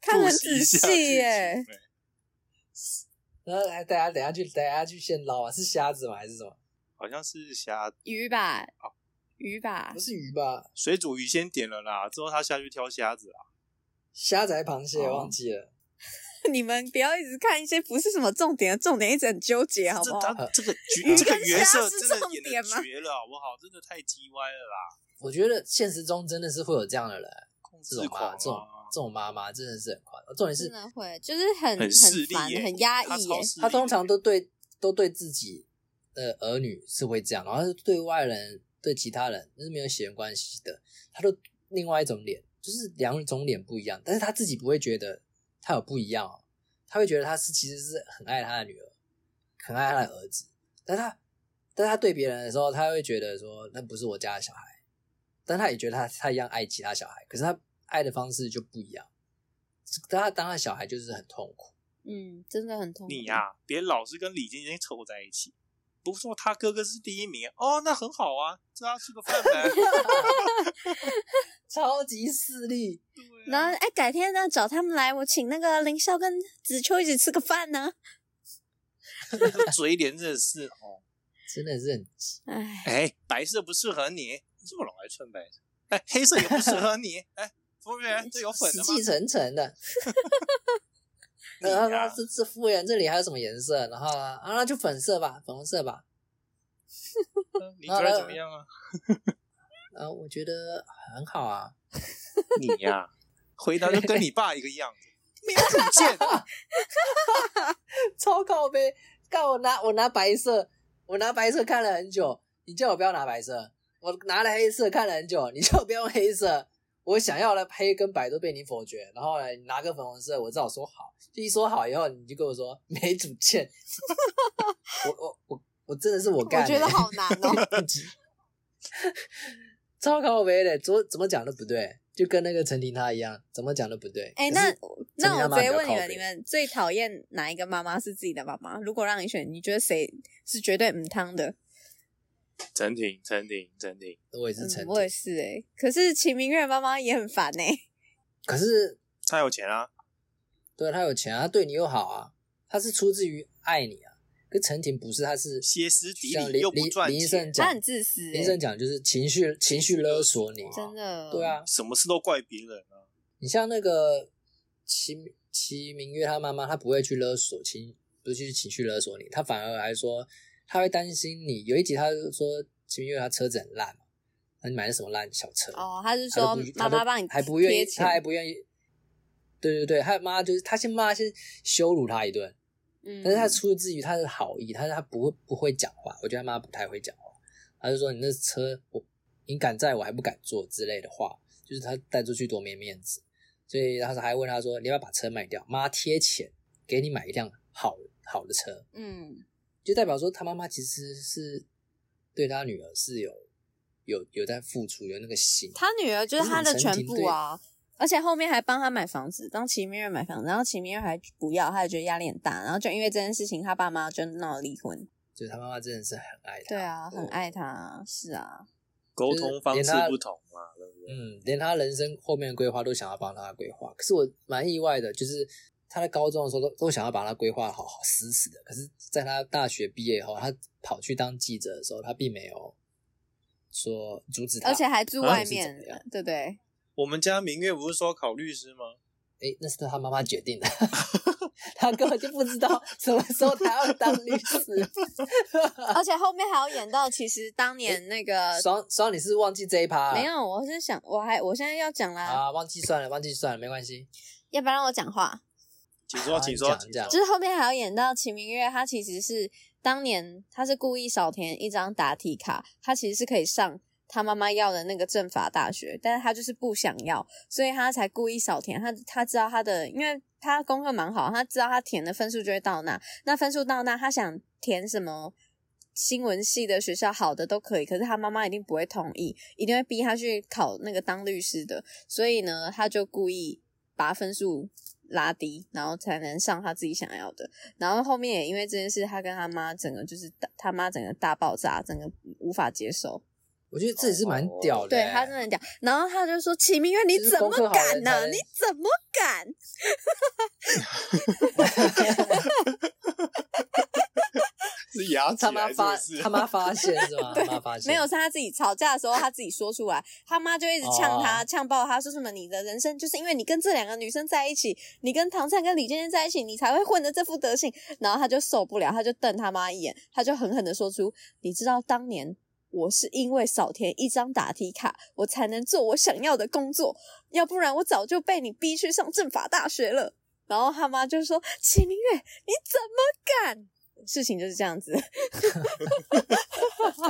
看得复很习一仔下细耶、剧情然后来，大家等下去，等下去现捞啊，是虾子吗？还是什么？好像是虾鱼吧，鱼吧 不，是鱼吧？水煮鱼先点了啦，之后他下去挑虾子啊。虾仔螃蟹哦忘记了，你们不要一直看一些不是什么重点的重点，一直很纠结，好不这好？他 这个角鱼这个跟角虾色是真的重演的点吗绝了，好不好？真的太鸡歪了啦，我觉得现实中真的是会有这样的人，控制这种狂妈，这种啊，这种妈妈真的是很夸张。重点真是，的会，就是很很势利烦、耶很压他抑耶超。势利她通常的都对都对自己的儿女是会这样，然后对外人、对其他人那是没有血缘关系的，她都另外一种脸，就是两种脸不一样。但是她自己不会觉得她有不一样哦，她会觉得她是其实是很爱她的女儿，很爱她的儿子，但她但她对别人的时候，她会觉得说那不是我家的小孩，但她也觉得她她一样爱其他小孩，可是她爱的方式就不一样。但她当她小孩就是很痛苦。嗯，真的很痛苦。你呀、别老是跟李尖尖凑在一起。不错，他哥哥是第一名哦，那很好啊，这他吃个 饭啊呗。超级势力，对然啊后，哎，改天呢找他们来，我请那个林霄跟子秋一起吃个饭呢、那个嘴脸真的是哦，真的是很哎，哎，白色不适合你，你这么老爱穿白色，哎，黑色也不适合你，哎，服务嗯员，这有粉死的吗？气沉沉的。你然后呀他这这服务员这里还有什么颜色？然后啊，那就粉色吧，粉红色吧。你觉得怎么 样啊？然后我觉得很好啊， 你呀、回答就跟你爸一个样子， 没有主见。超靠呗。干我拿我拿白色，我拿白色看了很久，你叫我不要拿白色，我拿了黑色看了很久，你叫我不要用黑色。我想要的黑跟白都被你否决，然后呢，你拿个粉红色，我只好说好。就一说好以后，你就跟我说没主见。 我我我我真的是我干、我欸，觉得好难 哦。 超靠北的，怎么怎么讲都不对，就跟那个陈婷她一样，怎么讲都不对。哎，可那是那我直接问你陈婷她妈比较靠们，北你们最讨厌哪一个妈妈是自己的妈妈？如果让你选，你觉得谁是绝对唔汤的？陈婷，陈婷，陈婷，我也是陈嗯，婷我也是哎、可是秦明月妈妈也很烦哎、可是他有钱啊，对她有钱啊，她对你又好啊，她是出自于爱你啊。可陈婷不是，她是歇斯底像里林又不林赚林医生钱，她讲很，自私、林医欸，生讲就是情绪情绪勒索你，真的。对，啊，什么事都怪别人啊。你像那个齐齐明月他妈妈，她不会去勒索情，不是去情绪勒索你，她反而还说她会担心你。有一集她就说齐明月她车子很烂嘛，那你买的什么烂小车？哦，他是她都说不妈她都妈帮你还不愿意贴，钱她还不愿意。对对对，她妈就是她先骂，先羞辱她一顿，嗯，但是她出自于她的好意，她她不会不会讲话，我觉得她妈不太会讲话，她就说你那车我你敢载我还不敢坐之类的话，就是他带出去多没面子。所以他还问他说：“你要不要把车卖掉？妈贴钱给你买一辆好好的车。”嗯，就代表说他妈妈其实是对他女儿是有有有在付出，有那个心。他女儿就是他的全部啊，而且后面还帮他买房子，当齐明月买房子，然后齐明月还不要，他也觉得压力很大，然后就因为这件事情，他爸妈就闹了离婚。就是他妈妈真的是很爱他。嗯对啊，很爱他，是啊，就沟是通方连式他不同啊嘛，对不对？嗯，连他人生后面的规划都想要帮他规划。可是我蛮意外的，就是他在高中的时候都都想要把他规划好好死死的，可是在他大学毕业以后，他跑去当记者的时候，他并没有说阻止他，而且还住啊外是怎面么样，对不对？ 我们家明月不是说考律师吗？诶，那是他妈妈决定的， 他根本就不知道什么时候他要当律 师。而且后面还要演到，其实当年那个双双，你是忘记这一趴了？呃没有，我是想，我还我现在要讲啦，啊，忘记算了，忘记算了，没关系。要不要让我讲话？请说，啊请你说，讲请你讲说就是后面还要演到秦明月，他其实是当年他是故意少填一张答题卡，他其实是可以上他妈妈要的那个政法大学，但是他就是不想要，所以他才故意少填。他他知道他的，因为他功课蛮好，他知道他填的分数就会到那，那分数到那，他想填什么？新闻系的学校好的都可以，可是他妈妈一定不会同意，一定会逼他去考那个当律师的。所以呢，他就故意把分数拉低，然后才能上他自己想要的。然后后面也因为这件事，他跟他妈整个就是大他妈整个大爆炸，整个无法接受。我觉得这也是蛮哦屌的、对欸。他真的很屌，然后他就说：“启明月，你就是怎么功课好的敢人呢、才你怎么敢？” 是牙起他妈来是不发是？他妈发现是 吗？他妈发现没有，是他自己吵架的时候，他自己说出来，他妈就一直呛哦他，呛爆他，说什么你的人生就是因为你跟这两个女生在一起，你跟唐灿跟李健健在一起，你才会混得这副德行。然后他就受不了，他就瞪他妈一眼，他就狠狠的说出：“你知道当年我是因为少填一张答题卡，我才能做我想要的工作，要不然我早就被你逼去上政法大学了。”然后他妈就说：“齐明月，你怎么敢？”事情就是这样子。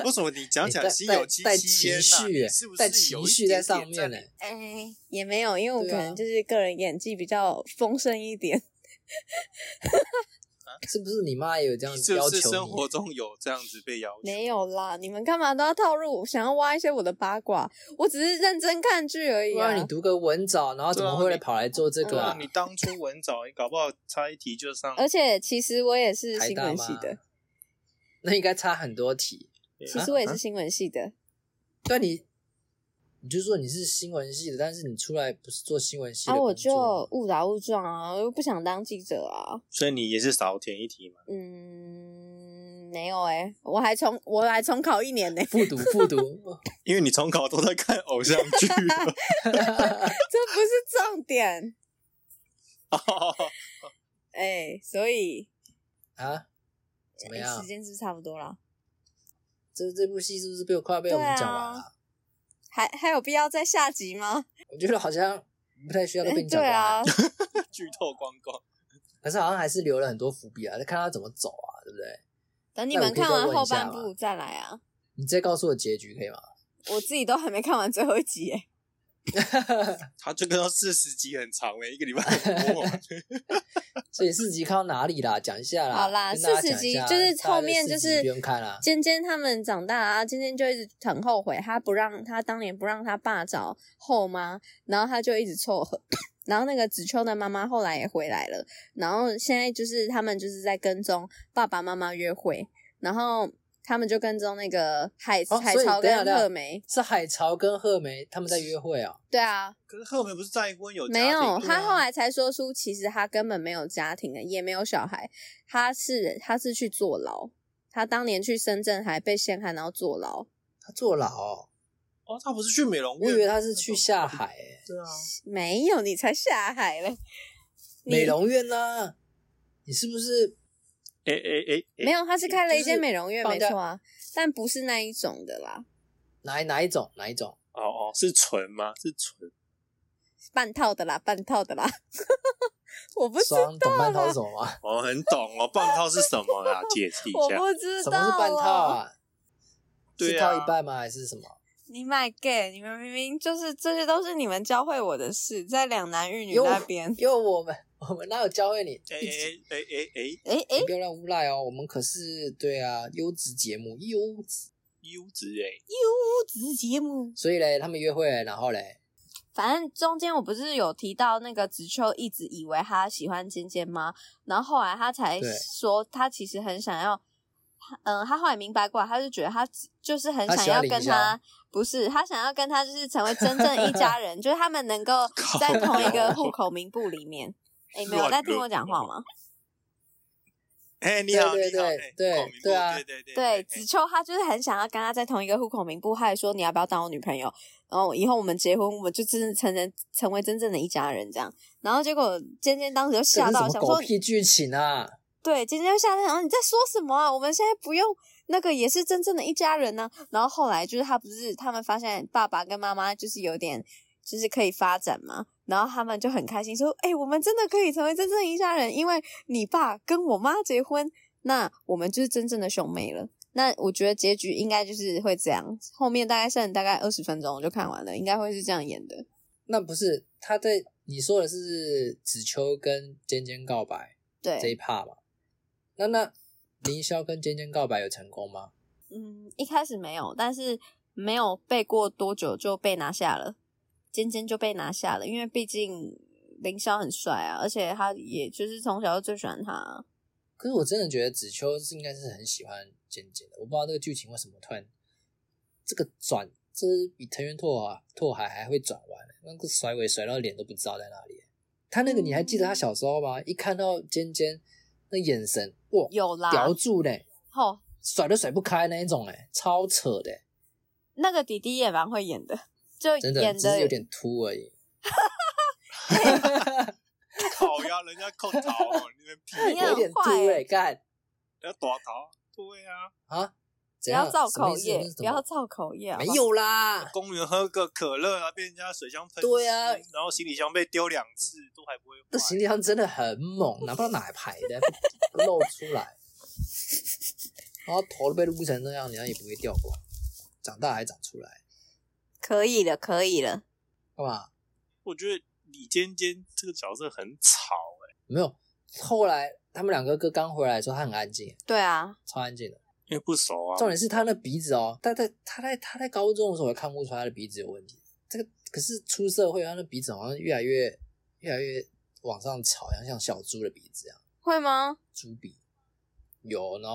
为什么你讲起欸来带心有戚带带戚焉呐？情绪欸你是不带是有情一绪在点上点面呢、里哎，也没有，因为我对可啊能就是个人演技比较丰盛一点。 是不是你妈也有这样你是要不是求生你？活中有这样子被要求？没有啦，你们干嘛都要套路？想要挖一些我的八卦？我只是认真看剧而已、不啊。然你读个文藻，然后怎么对会啊你跑来做这对个、啊，你当初文藻，你搞不好差一题就上。而且其实我也是台新大闻吗系的，那应该差很多题。其啊实我也是新闻系的。但你，你就说你是新闻系的，但是你出来不是做新闻系的啊，我工作就误打误撞啊，我又不想当记者啊。所以你也是少填一题嘛？嗯，没有哎、我还重我还重考一年呢、 复读复读，因为你从考都在看偶像 剧。这不是重点哦哎、所以啊？怎么哎样时？间是不是差不多了？这这部戏是不是被我快要被我们讲啊完了？还还有必要再下集吗？我觉得好像不太需要都被你讲 对完了啊，， 剧透光光。可是好像还是留了很多伏笔啊，再看他怎么走啊，对不对？等你那们我可以看再完问后一下半吗部再来啊！你再告诉我结局可 以吗？我自己都还没看完最后一集耶，他这个要四十集很长欸诶，一个礼拜很啊 播完所以四集看到哪里啦？讲一下啦。好啦，跟四大家十讲一集下就是大概后面就四集是不用看啦。 尖尖他们长大啊，尖尖就一直很后悔，他不让他当年不让他爸找后妈，然后他就一直凑合。然后那个子秋的妈妈后来也回来了，然后现在就是他们就是在跟踪爸爸妈妈约会，然后他们就跟踪那个海、哦，海所以潮等一下跟等一下贺梅，是海潮跟贺梅他们在约会啊。对啊，可是后面不是再婚有家庭没有，对他啊后来才说出，其实他根本没有家庭的，也没有小孩，他是他是去坐牢，他当年去深圳还被陷害，然后坐牢，他坐牢哦、哦，他不是去美容我院？以为他是去下海、欸，对啊，没有，你才下海嘞，嗯你美容院呢、你是不是诶诶诶，诶没有，他是开了一就间是美容院，放没假错啊，但不是那一种的啦，哪一哪一种哪一种？哦哦，是纯吗？是纯半套的啦，半套的啦， 我不知啊双懂半套啦是什么吗？我很懂哦，半套是什么啊啦？解释一 我下。不知什道么是半套啊啊？对是啊套一半吗？还是什么？你买 gay，你们明明就是这些都是你们教会我的事，在两男一女有那边。因为我们我们哪有教会你？哎一直哎哎哎哎，诶诶你，不要乱诬赖哦，我们可是对啊，优质节目，优质。优质哎，优质节目，所以嘞，他们约会，然后嘞，反正中间我不是有提到那个子秋一直以为他喜欢尖尖吗？然后后来他才对说他其实很想要，嗯，他后来明白过来，他就觉得他只就是很他想喜欢要林跟湘他，不是他想要跟他就是成为真正一 家人，就是他们能够在同一个户口名簿里面。哎，没有乱在听入我讲话吗？哎你好对你好，对哎对孔明对波啊对对对对，对，子秋他就是很想要跟他在同一个户口名簿，他还说你要不要当我女朋友？然后以后我们结婚，我们就真的成人成为真正的一家人这样。然后结果尖尖当时就这吓是什到，么想狗说屁剧情啊？对，尖尖就吓到，想说你在说什么啊？我们现在不用那个也是真正的一家人呢、然后后来就是他不是他们发现爸爸跟妈妈就是有点就是可以发展嘛，然后他们就很开心说，哎、我们真的可以成为真正的一家人，因为你爸跟我妈结婚，那我们就是真正的兄妹了。那我觉得结局应该就是会这样，后面大概剩大概二十分钟我就看完了，应该会是这样演的。那不是他在你说的是子秋跟尖尖告白这一对，趴嘛？那那林霄跟尖尖告白有成功吗？嗯，一开始没有，但是没有背过多久就被拿下了，尖尖就被拿下了，因为毕竟林霄很帅啊，而且他也就是从小就最喜欢他啊、可是我真的觉得子秋是应该是很喜欢尖尖的，我不知道这个剧情为什么突然这个转，这比藤原拓海拓海还会转弯，那个甩尾甩到脸都不知道在哪里。他那个你还记得他小时候吗？一看到尖尖那眼神，哇，有啊啦，叼住嘞，哦，甩都甩不开那一种嘞，超扯的，欸那个弟弟也蛮会演的，就真演的只是的有点秃而已。烤鸭人家扣桃哦，你们屁你 很有点秃坏欸哎，干要躲桃，对啊，啊！不怎样要造什么口意思业那是，什不么要造口业，好没不好有啦，公园喝个可乐啊，被人家水箱喷，对啊，然后行李箱被丢两次都还不会这坏，行李箱真的很 猛，拿不知道哪排的不露出来， 然后头都被撸成那样，然后也不会掉光，长大还长出来，可以了，可以了，干嘛？我觉得李尖尖这个角色很吵哎，没有。后来他们两个哥刚回来的时候，他很安静，对啊，超安静的。因为不熟啊重，点是他那鼻子哦，他在他在他在高中的时候，我看不出他的鼻子有问题。这个可是出社会，他的鼻子好像越来越越来越往上翘，好像像小猪的鼻子一样，会吗？猪鼻。有呢，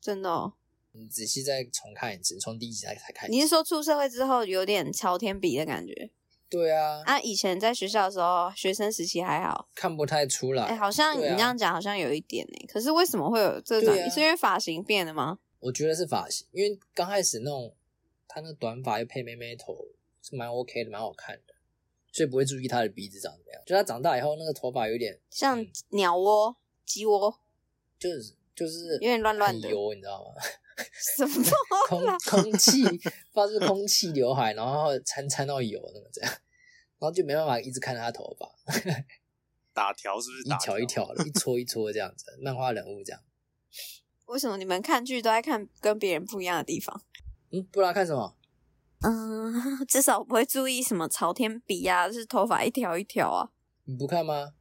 真的、哦，你仔细再重看一次，从第一集才才看。你是说出社会之后有点朝天比的感觉？对啊，啊，以前在学校的时候，学生时期还好，看不太出来。哎、好像你对啊这样讲，好像有一点哎、可是为什么会有这种？对啊是因为发型变了吗？我觉得是发型，因为刚开始那种他那短发又配妹妹头是蛮 OK 的，蛮好看的，所以不会注意他的鼻子长怎么样。就他长大以后，那个头发有点像嗯鸟窝、鸡窝， 就是就是有点乱乱的很油，你知道吗？什么都 空空气发出空气刘海，然后掺掺到油那个这样，然后就没办法一直看他头发，打条是不是一打条一条的，一撮一撮这样子，漫画人物这样。为什么你们看剧都在看跟别人不一样的地方？嗯，不然看什么？ 嗯， 至少我不会注意什么朝天比啊，就是头发一条一条啊。你不看吗？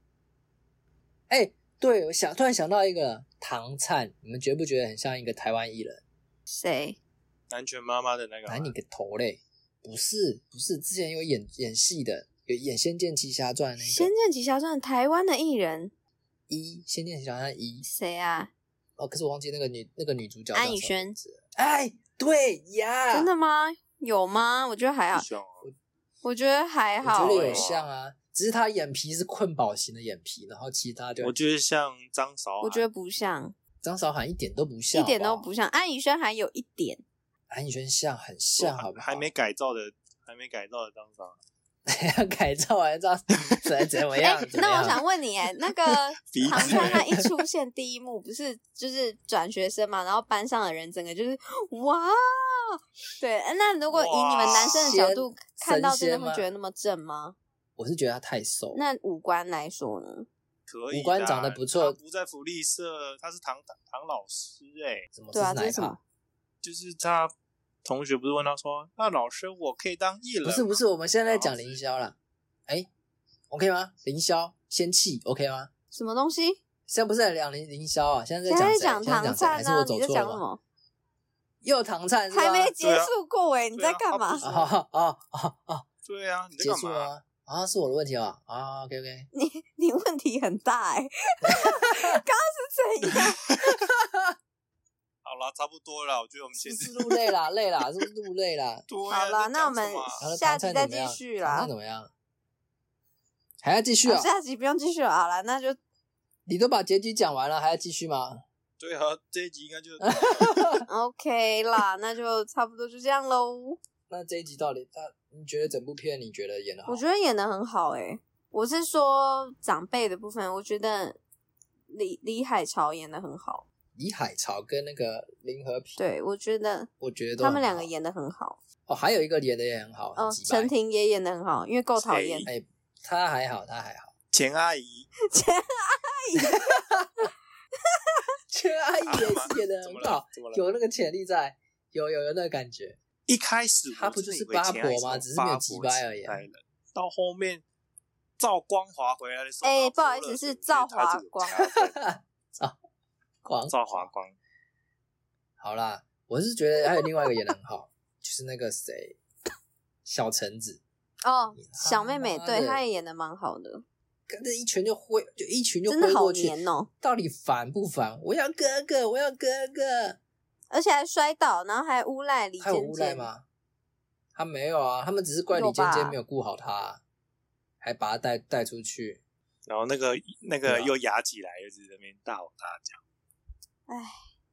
哎、对我想突然想到一个唐灿，你们觉不觉得很像一个台湾艺人？谁？南拳妈妈的啊那个拿你个头嘞！不是不是，之前有演演戏的，有演《仙剑奇侠传》 《那仙个剑奇侠传》台湾的艺人一，《仙剑奇侠传》一谁啊？哦，可是我忘记那个女那个女主角安叫以什么轩名字了。哎，对呀，真的吗？有吗？我觉得还好不，像啊我觉得还我觉好、得欸有。像啊，只是她眼皮是困饱型的眼皮，然后其他就我觉得像张韶涵，我觉得不像，张韶涵一点都不像，一点好都好不像。安以轩还有一点，安以轩像，很像，还好不好？还 没改造的，还没改造的张韶涵，改造啊完照怎怎么 样？怎么哎那我样想问你，哎，那 个鼻子唐灿他一出现第一幕，不是就是转学生嘛，然后班上的人整个就是哇，对。呃那如果以你们男生的角度看到，真的会觉得那么正吗？我是觉得他太瘦，那五官来说呢？可以啦。五官长得不错他不在福利社，他是唐唐老师哎、什么对啊，这这是哪是一什么趴？？就是他同学不是问他说：“那老师，我可以当艺人？”不是不，是，我们现在在讲凌啊霄啦。哎、o k 吗？凌霄仙气，OK 吗？什么东西？现在不是在讲凌凌霄啊，现在现在讲在在谁讲现在唐谁灿还是啊我，你走在错讲了什吗？么？又唐灿是吧？还没结对啊束过哎，你在干嘛？啊啊啊啊啊！对啊，你在结干束嘛？了啊啊！是我的问题啊啊！OK OK，你你问题很大 哎，刚刚是怎样？好了，差不多了，我觉得我们是先不是录累啦？累啦，是不是录累啦？ 对啊好了，在那我讲什们么啊然后下唐集灿再怎么继样？续唐啦灿。怎么样？还要继续啊好？下集不用继续了，好了，那就你都把结局讲完了，还要继续吗？对啊，这一集应该 就 OK 啦，那就差不多就这样喽。那这一集到底，那你觉得整部片你觉得演的好？我觉得演的很好诶、欸我是说长辈的部分，我觉得李李海潮演的很好，李海潮跟那个林和平，对我觉得我觉得都他们很两好个演的很好。哦，还有一个演的也很好，嗯、很鸡掰陈婷也演的很好，因为够讨厌谁。哎，他还好，他还好，钱阿姨，缺阿姨也是演的怎很么了呃好？，怎么了？有那个潜力在，有有有那个感觉，一开始他不就是八婆吗只是没有击败而已啊已。到后面赵光华回来的时候，哎然后不好意思泼热水是赵华因为光他这个加分狂赵华光，好啦，我是觉得还有另外一个演的很好， 就是那个谁，小橙子，哦，哎他小妹妹，妈对，的她也演的蛮好的，跟着一拳就挥，就一拳就真的挥好过去，黏哦，到底烦不烦？我要哥哥，我要哥哥，而且还摔倒，然后还诬赖李还有尖诬赖尖。吗？他没有啊，他们只是怪有李尖尖吧没有顾好他啊、还把他带带出去。然后那个那对个啊又压起来，又是在那边大吼大叫。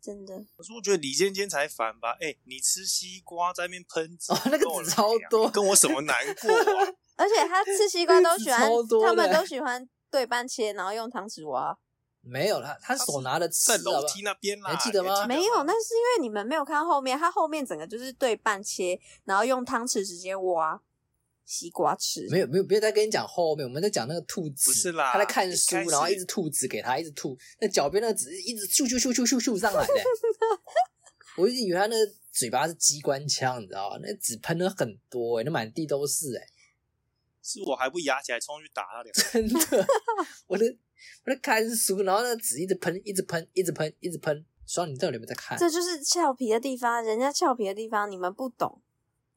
真的，可是我觉得李尖尖才烦吧？哎，你吃西瓜在那边喷子哦，那个籽超多跟我什么难过啊？而且她吃 西瓜都喜欢超，多的他们都喜欢对半切，然后用汤匙挖。没有啦，他他手是拿着啊吃在的吧楼梯那边啦，你还记得吗你还没有，那是因为你们没有看后面，它后面整个就是对半切，然后用汤匙直接挖西瓜吃。没有没有，别再跟你讲后面，我们在讲那个吐籽。不是啦他在看一书开，始然后一直吐籽给他，一直吐。那脚边那个籽一直咻咻咻咻咻咻上 来的、我一直以为他那个嘴巴是机关枪，你知道吗？那籽喷了很多、欸，那满地都是、欸，哎，是我还不压起来冲去打他两下。真 的，我的我在看书，然后那个籽一直喷，一直喷，一直喷，一直喷。双，你到底有没有在看？这就是俏皮的地方，人家俏皮的地方你们不懂。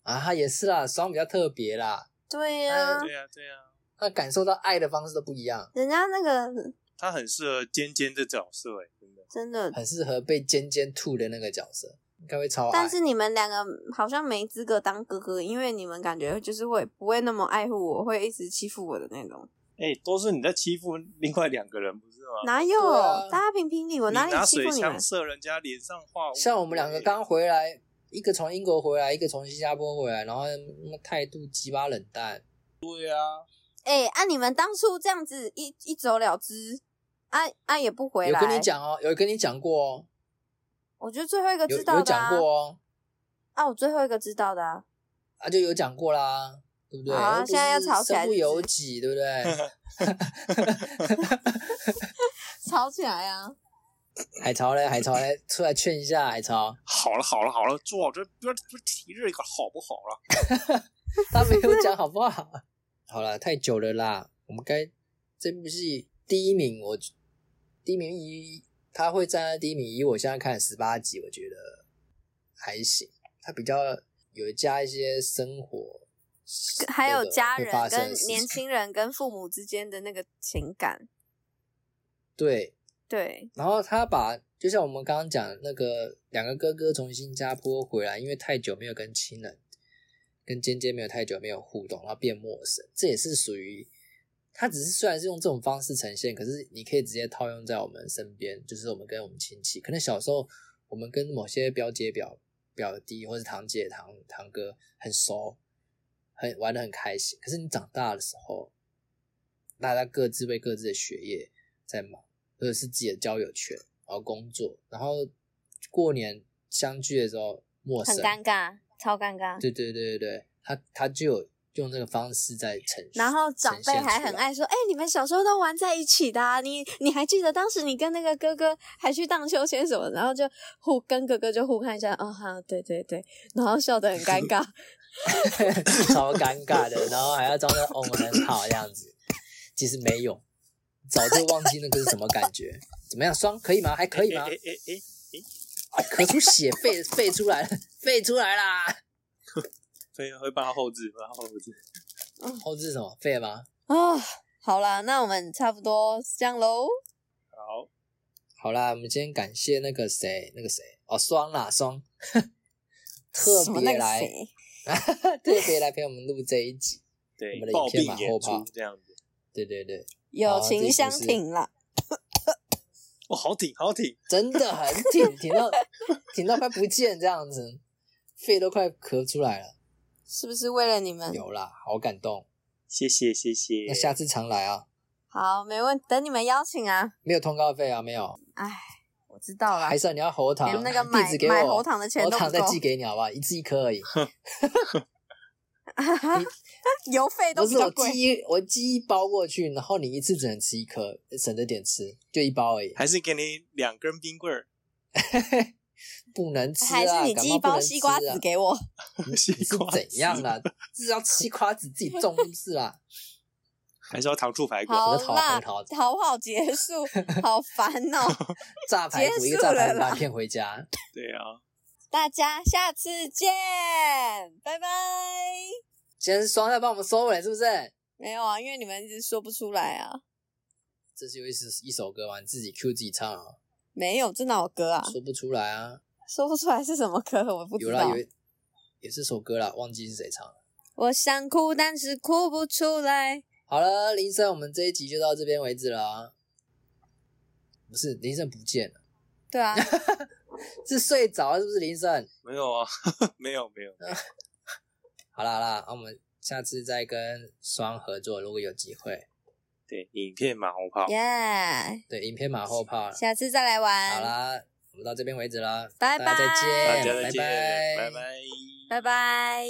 啊，他也是啦，双比较特别啦，对哎啊呀、对呀，对啊呀，他感受到爱的方式都不一样，人家那个他很适合尖尖这角色，哎，真的。真的，很适合被尖尖吐的那个角色，应该会超爱。但是你们两个好像没资格当哥哥，因为你们感觉就是会不会那么爱护我，会一直欺负我的那种。哎、都是你在欺负另外两个人，不是吗？哪有？对啊大家评评理，我你哪里拿欺水负你啊们枪？射人家脸上画，像我们两个刚回来，一个从英国回来，一个从新加坡回来，然后那么态度鸡巴冷淡，哎、按、你们当初这样子一一走了之，啊啊也不回有来。跟你讲哦，有跟你讲过哦，我觉得最后一个有知道有的啊，讲过哦，啊，我最后一个知道的 啊，啊就有讲过啦，对不对？好啊又不是现在要吵起来身不由己，对不 对？吵起来啊！海潮嘞，海潮嘞，出来劝一下海潮，好了好了好了，做好这不要不要提这个好不好了？他没有讲好不好？ 好了，太久了啦，我们该这部戏第一名，我第一名以他会站在第一名，以我现在看十八集，我觉得还行，他比较有加一些生活，还有家会人发生跟的事年情轻人跟父母之间的那个情感，对，对，然后他把就像我们刚刚讲那个两个哥哥从新加坡回来，因为太久没有跟亲人跟尖尖没有太久没有互动，然后变陌生，这也是属于他只是虽然是用这种方式呈现，可是你可以直接套用在我们身边，就是我们跟我们亲戚，可能小时候我们跟某些表姐表表弟或是堂姐堂堂哥很熟，很玩的很开心，可是你长大的时候，大家各自为各自的学业在忙。或者是自己的交友圈，然后工作，然后过年相聚的时候陌很生，尴尬，超尴尬。对对对对对，他他就有用这个方式在呈现。然后长辈还很爱说：“哎、你们小时候都玩在一起的、啊，你你还记得当时你跟那个哥哥还去荡秋千什么？”然后就互跟哥哥就互看一下，哦哈，对对对，然后笑得很尴 尬。呈现出来， 超尴尬的，然后还要装作哦我很好这样子，其实没有，早就忘记那个是什么感觉。怎么样，双可以吗？还可以吗哎？哎哎，啊咳出血， 肺肺出来了，肺出来啦！所以会帮他后置，帮他后置。后置什么肺吗？哦，好啦，那我们差不多是这样喽。好，好啦，我们今天感谢那个谁，那个谁哦，双啦双， 特什么那别个来谁特别来陪我们录这一集。对我们的，暴影病片嘛演后出怕这样子。对对对，友好这一情集相是挺啦。哦，好挺，好挺。真的很挺，挺到 挺到快不见这样子，肺都快咳出来了。是不是为了你们？有啦，好感动。谢谢谢谢那，下次常来啊，好，没问，等你们邀请啊。没有通告费啊，没有，我知道啦还，是你要喉糖连 那个地买址给买我喉，糖的钱喉都不糖再够，寄给你好不好？一次一颗而已， 邮费都不 比是较我贵。寄一我寄一包过去，然后你一次只能吃一颗，省着点吃，就一包而已，还是给你两根冰棍儿，不能吃还啊，是你感寄冒一不能包吃西瓜啊子给我， 西你是瓜怎样啦？啦？是要西瓜子自己种是 啦？还是要糖醋排骨？好哎我的桃啦我的桃，好不好结 束？好烦哦！炸排骨一个结束炸了排骨啦把你骗回家。对啊，大家下次见，拜拜。今天是双在帮我们收尾，是不是？没有啊，因为你们一直说不出来啊。这是有一首一首歌吗？你自己 Q 自己唱啊，没有，这哪有歌啊？说不出来啊。说不出来是什么歌，我不有知啦道有。一，也是首歌啦，忘记是谁唱了。我想哭，但是哭不出来。好了，林森，我们这一集就到这边为止了啊。不是林森不见了，对啊，是睡着了是不是林森？没有啊， 没有没有，好啦好啦，那我们下次再跟双合作，如果有机会，对，影片马后炮，耶、对，影片马后炮了。下次再来玩。好啦，我们到这边为止了，拜大家再见，大家再见，拜拜拜拜拜。